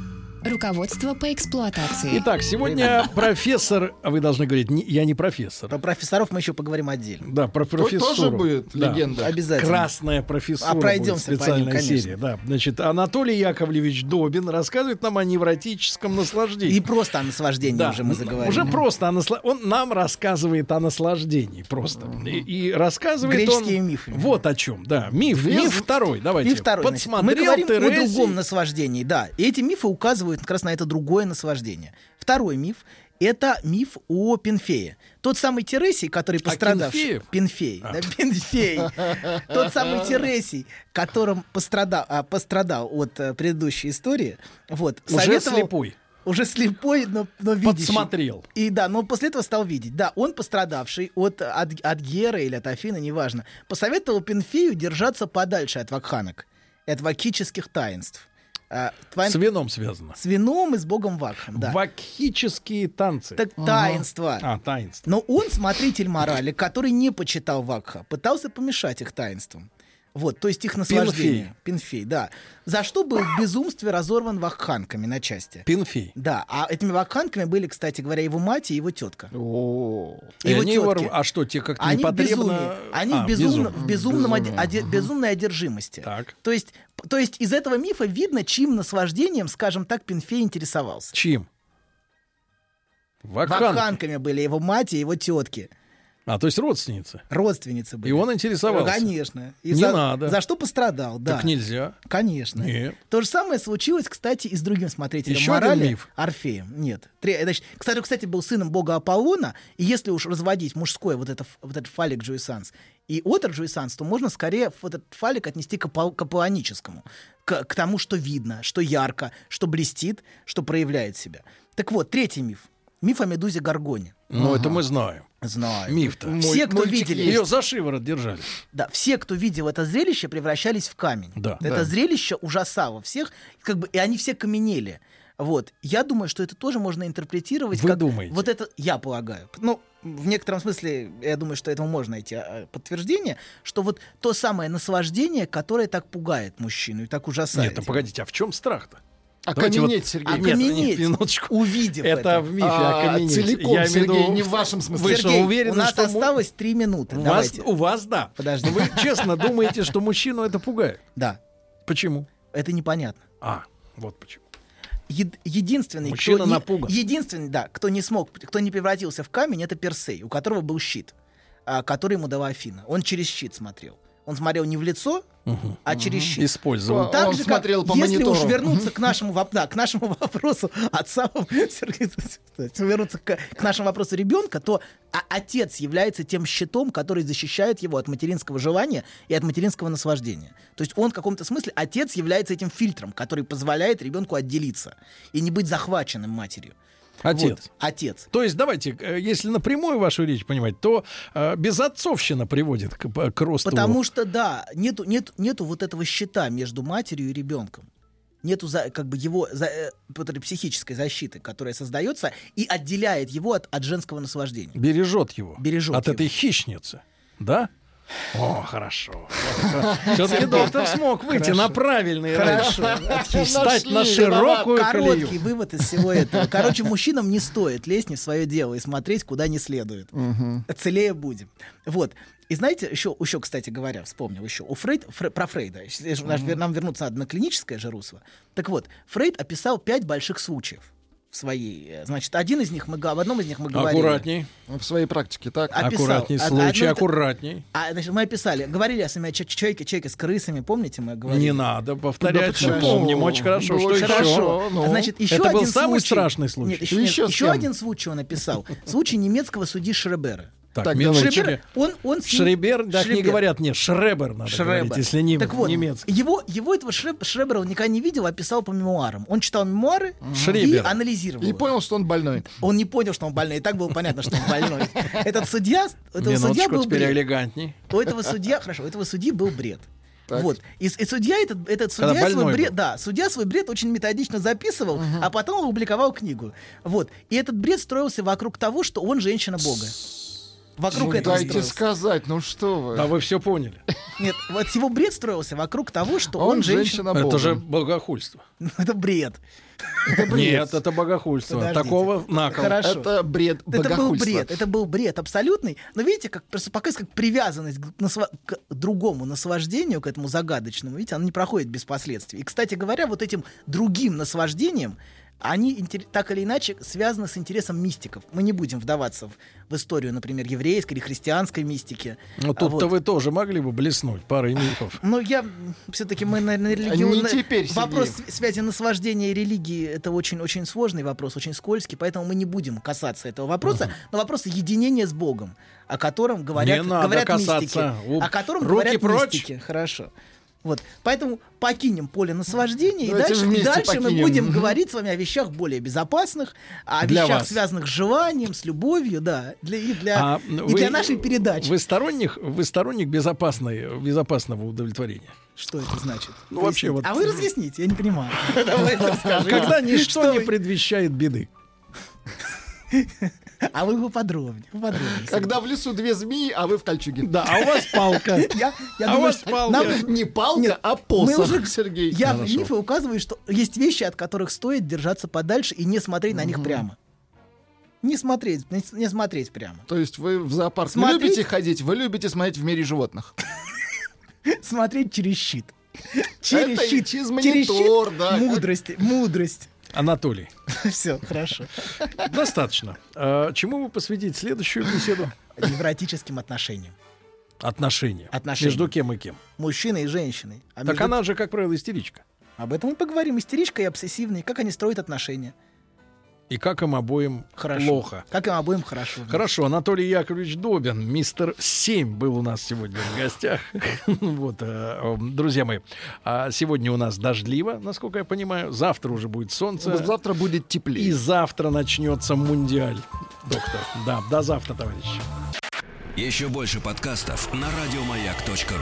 B: Руководство по эксплуатации.
C: Итак, сегодня профессор... А вы должны говорить, «Не- я не профессор.
D: Про профессоров мы еще поговорим отдельно.
C: Да, про
E: То-
C: профессору.
E: Тоже будет
C: Да.
E: легенда.
D: Обязательно.
C: Красная профессора
D: А
C: будет
D: пройдемся по ним,
C: специальная
D: конечно.
C: серия. Да. Значит, Анатолий Яковлевич Добин рассказывает нам о невротическом наслаждении.
D: И просто о наслаждении
C: Да,
D: уже мы заговорили.
C: Уже просто о насла- он нам рассказывает о наслаждении просто. И, и рассказывает
D: Греческие
C: он
D: мифы.
C: вот о чем. Да, миф,
E: Две-
C: миф второй. Давайте.
D: И второй. значит, мы
C: Подсмотрел
D: говорим о
C: Терезий.
D: другом наслаждении, да. И эти мифы указывают как раз на это другое наслаждение. Второй миф — это миф о Пенфее. Тот самый Тересий, который пострадавший...
C: Кенфеев?
D: Пенфей.
C: А.
D: Да, Пенфей. Тот самый Тересий, которым пострадал, а, пострадал от э, предыдущей истории. Вот,
C: Уже
D: советовал-
C: слепой.
D: Уже слепой, но, но видящий.
C: Подсмотрел.
D: И да, но после этого стал видеть. Да, он пострадавший от, от, от Геры или от Афины, неважно, посоветовал Пенфею держаться подальше от вакханок и от вакхических таинств. А, твоим-
C: С вином связано.
D: с вином и с богом Вакхом, да.
C: Вакхические танцы.
D: Так таинство.
C: А, таинство.
D: Но он, смотритель морали, который не почитал Вакха, пытался помешать их таинствам. Вот, то есть их наслаждение. Пинфей, да. За что был в безумстве разорван вахханками на части.
C: Пинфей.
D: Да, а этими вахханками были, кстати говоря, его мать и его тетка.
E: О,
C: И
D: Его
C: они его
D: тетки.
C: рв- А что, те Ну, как-то
D: Они в безумии.
C: непотребно...
D: Они
C: А,
D: в, безумно-
C: безумно.
D: в безумном оде-
E: Безумно.
D: оде- безумной одержимости.
C: Так.
D: То есть, п- то есть из этого мифа видно, чьим наслаждением, скажем так, Пинфей интересовался.
C: Чьим? Вакхан.
D: Вахханками были его мать и его тетки.
C: А, то есть родственница.
D: Родственницы были.
C: И он интересовался.
D: Конечно. И
C: Не
D: за,
C: надо.
D: За что пострадал, да.
C: Так нельзя.
D: Конечно.
C: Нет.
D: То же самое случилось, кстати, и с другим смотрителем
C: Еще один
D: морали.
C: миф.
D: Орфеем. Нет. Тре- э, значит, кстати, он, кстати, был сыном бога Аполлона. И если уж разводить мужское вот, это, ф- вот этот фалик Джуисанс и отр Джуисанс, то можно скорее ф- этот фалик отнести к, апол- к аполлоническому. К, к тому, что видно, что ярко, что блестит, что проявляет себя. Так вот, третий миф. Миф о медузе Гаргоне.
C: Ну, это мы знаем.
D: Знаю.
C: Миф-то.
D: Все, кто
E: мультик
D: видели,
C: Ее за шиворот держали.
D: да, все, кто видел это зрелище, превращались в камень.
C: Да.
D: Это
E: Да.
D: зрелище ужасало всех, как бы, и они все каменели. Вот. Я думаю, что это тоже можно интерпретировать
C: Вы
D: как
C: думаете?
D: вот это, я полагаю. Ну, в некотором смысле, я думаю, что этому можно найти а, подтверждение, что вот то самое наслаждение, которое так пугает мужчину и так ужасает.
C: Нет, ну погодите, а в чем страх-то? Давайте вот-
E: окаменеть, Сергей.
C: нет,
D: Окаменеть,
C: нет, минуточку.
D: увидев это.
C: Это в мифе
E: А,
C: окаменеть.
E: целиком,
C: Я имею в виду
E: Сергей, не в вашем смысле.
C: Вы что,
D: Сергей,
C: уверены,
D: у нас
C: что мы-
D: осталось три минуты.
C: У вас,
D: Давайте.
C: у вас да.
D: Подожди.
C: Но вы честно думаете, что мужчину это пугает?
D: Да,
C: Почему?
D: это непонятно.
C: А, вот почему.
D: Ед- единственный,
C: Мужчина
D: кто не-
C: напуган.
D: единственный, да, кто не смог, кто не превратился в камень, это Персей, у которого был щит, а, который ему дала Афина. Он через щит смотрел. Он смотрел не в лицо, а через щит.
C: Использовал.
E: Он смотрел по
D: если
E: монитору.
D: уж вернуться к нашему, воп- да, к нашему вопросу отца, Сергей, если вернуться к, к нашему вопросу ребенка, то а- отец является тем щитом, который защищает его от материнского желания и от материнского наслаждения. То есть он в каком-то смысле, отец является этим фильтром, который позволяет ребенку отделиться и не быть захваченным матерью.
C: Отец.
D: Вот, отец.
C: То есть, давайте, э, если напрямую вашу речь понимать, то э, безотцовщина приводит к, п- к росту.
D: Потому что, да, нету, нету, нету вот этого щита между матерью и ребенком. Нету за, как бы его за, э, вот этой психической защиты, которая создается и отделяет его от, от женского наслаждения.
C: бережет его
D: Бережет
C: от
D: его.
C: этой хищницы, да? О, хорошо. Все-таки доктор смог выйти на правильный
D: Хорошо.
C: рейс. Встать на
E: Нашли, виноват.
C: широкую колею.
D: Короткий вывод из всего этого. Короче, мужчинам не стоит лезть не в свое дело и смотреть, куда не следует. Целее будем. Вот. И знаете, еще, еще, кстати говоря, вспомнил еще у Фрейд, Фре- про Фрейда. Если же наш- Нам вернуться надо на клиническое же русло. Так вот, Фрейд описал пять больших случаев в своей. э, Значит, один из них мы г- об одном из них мы говорили.
C: Аккуратней,
E: В своей практике, так?
D: А- Описал.
C: аккуратней,
D: Од-
C: случай,
D: одно это-
C: аккуратней.
D: А, значит, мы описали, говорили о самом ча- человеке, человеке с крысами, помните, мы говорили. Ну,
C: Не надо повторять,
E: Да
C: мы
E: почему?
C: помним очень хорошо,
E: Да
C: что
E: очень
C: еще.
E: хорошо.
D: Хорошо.
E: ну.
D: А Значит, еще
C: Это был
D: один
C: самый
D: случай.
C: страшный случай.
D: Нет, еще,
E: Еще
D: нет,
E: Ну, с
D: еще
E: кем?
D: один случай он описал. Случай немецкого судьи Шребера.
C: Так,
E: Так,
C: минуточку.
E: давайте.
C: Шребер,
D: Он, он с ним-
C: так не
D: Шребер.
C: говорят, нет, Шребер надо
D: Шребер.
C: говорить, если не
D: так вот,
C: немецкий.
D: Его, его этого Шреб- Шребера он никогда не видел, а писал по мемуарам. Он читал мемуары и
C: Шребер.
D: анализировал.
E: И
D: их.
E: понял, что он больной.
D: Он не понял, что он больной. И так было понятно, что он больной. Этот судья, этого судья
C: Минуточку,
D: был
C: теперь
D: бред.
C: элегантней.
D: У этого судья, хорошо, у этого судьи был бред.
E: Так.
D: Вот. И, с- и судья этот, этот
C: Когда
D: судья свой
C: больной
D: бред,
C: был.
D: да, судья свой бред очень методично записывал, а потом опубликовал книгу. Вот. И этот бред строился вокруг того, что он женщина Бога. Вокруг
E: Ну,
D: этого
E: дайте
D: строился.
E: сказать, ну что вы.
C: А вы все поняли.
D: Нет, вот его бред строился вокруг того, что он,
E: А Он
D: женщина. Ну,
E: женщина
C: Это
E: Бога.
C: же богохульство.
D: Это бред.
C: Нет, это богохульство.
D: Подождите.
C: Такого на кол.
D: Хорошо.
E: Это бред
D: Это был
E: богохульства.
D: бред, это был бред абсолютный. Но видите, как просто показывает, как привязанность к, насва- к другому наслаждению, к этому загадочному, видите, она не проходит без последствий. И, кстати говоря, вот этим другим наслаждением они интер- так или иначе связаны с интересом мистиков. Мы не будем вдаваться в, в историю, например, еврейской или христианской мистики.
C: Ну
D: А
C: тут-то
D: вот.
C: вы тоже могли бы блеснуть парой мифов.
D: Но я все-таки мы на, на
E: Не
D: религиозное-
E: теперь, Сергей.
D: вопрос св- связи наслаждения и религии это очень очень сложный вопрос, очень скользкий, поэтому мы не будем касаться этого вопроса. Но вопрос единения с Богом, о котором говорят,
C: Не надо
D: говорят
C: касаться. У-
D: мистики, о котором
C: руки
D: говорят
C: прочь.
D: мистики. Хорошо. Вот, поэтому покинем поле наслаждения
E: Давайте
D: и дальше, и
E: вместе
D: дальше мы
E: покинем.
D: будем
E: Мгм.
D: говорить с вами о вещах более безопасных, о
C: Для
D: вещах,
C: вас.
D: связанных с желанием, с любовью, да, для, и для,
C: А
D: и
C: вы-
D: для нашей передачи.
C: Вы сторонник, вы сторонник безопасной, безопасного удовлетворения.
D: Что это значит?
C: Ну, вообще
D: Поясните.
C: вот-
D: А вы разъясните, я не понимаю. Давайте расскажите.
C: Когда ничто
D: Что
C: не
D: вы-
C: предвещает беды.
D: А вы поподробнее, поподробнее.
E: Когда в лесу две змеи, а вы в кольчуге.
C: Да, а у вас палка.
D: Я, я
C: А у
D: думаю,
C: вас
D: что
C: палка.
D: нам-
C: Нет,
E: Не палка,
D: Нет,
E: а посох,
D: мы уже-
E: Сергей.
D: Я в
E: Хорошо.
D: мифы указываю, что есть вещи, от которых стоит держаться подальше и не смотреть на них прямо. Не смотреть, не с- не смотреть прямо.
E: То есть вы в зоопарк не
D: Смотрите.
E: любите ходить, вы любите смотреть в мире животных.
D: Смотреть через щит. Через
E: Это и
D: щит.
E: через
D: Через
E: монитор, да.
D: щит. Мудрость, мудрость.
C: Анатолий,
D: Все, хорошо.
C: достаточно. А, Чему вы посвятите следующую беседу?
D: Невротическим отношениям.
C: Отношения.
D: Отношения.
C: Между кем и кем.
D: Мужчиной и женщиной. А
C: Так
D: между-
C: она же, как правило, истеричка.
D: Об этом мы поговорим. Истеричка и обсессивный. Как они строят отношения.
C: И как им обоим
D: Хорошо.
C: плохо.
D: Как им обоим хорошо.
C: Хорошо, Анатолий Яковлевич Добин, мистер 7 был у нас сегодня в гостях. Вот, э, э, друзья мои, а сегодня у нас дождливо, насколько я понимаю. Завтра уже будет солнце.
E: Завтра будет
C: И
E: теплее.
C: завтра начнется мундиаль, доктор. Да, до завтра, товарищи.
G: Еще больше подкастов на радиомаяк.ру.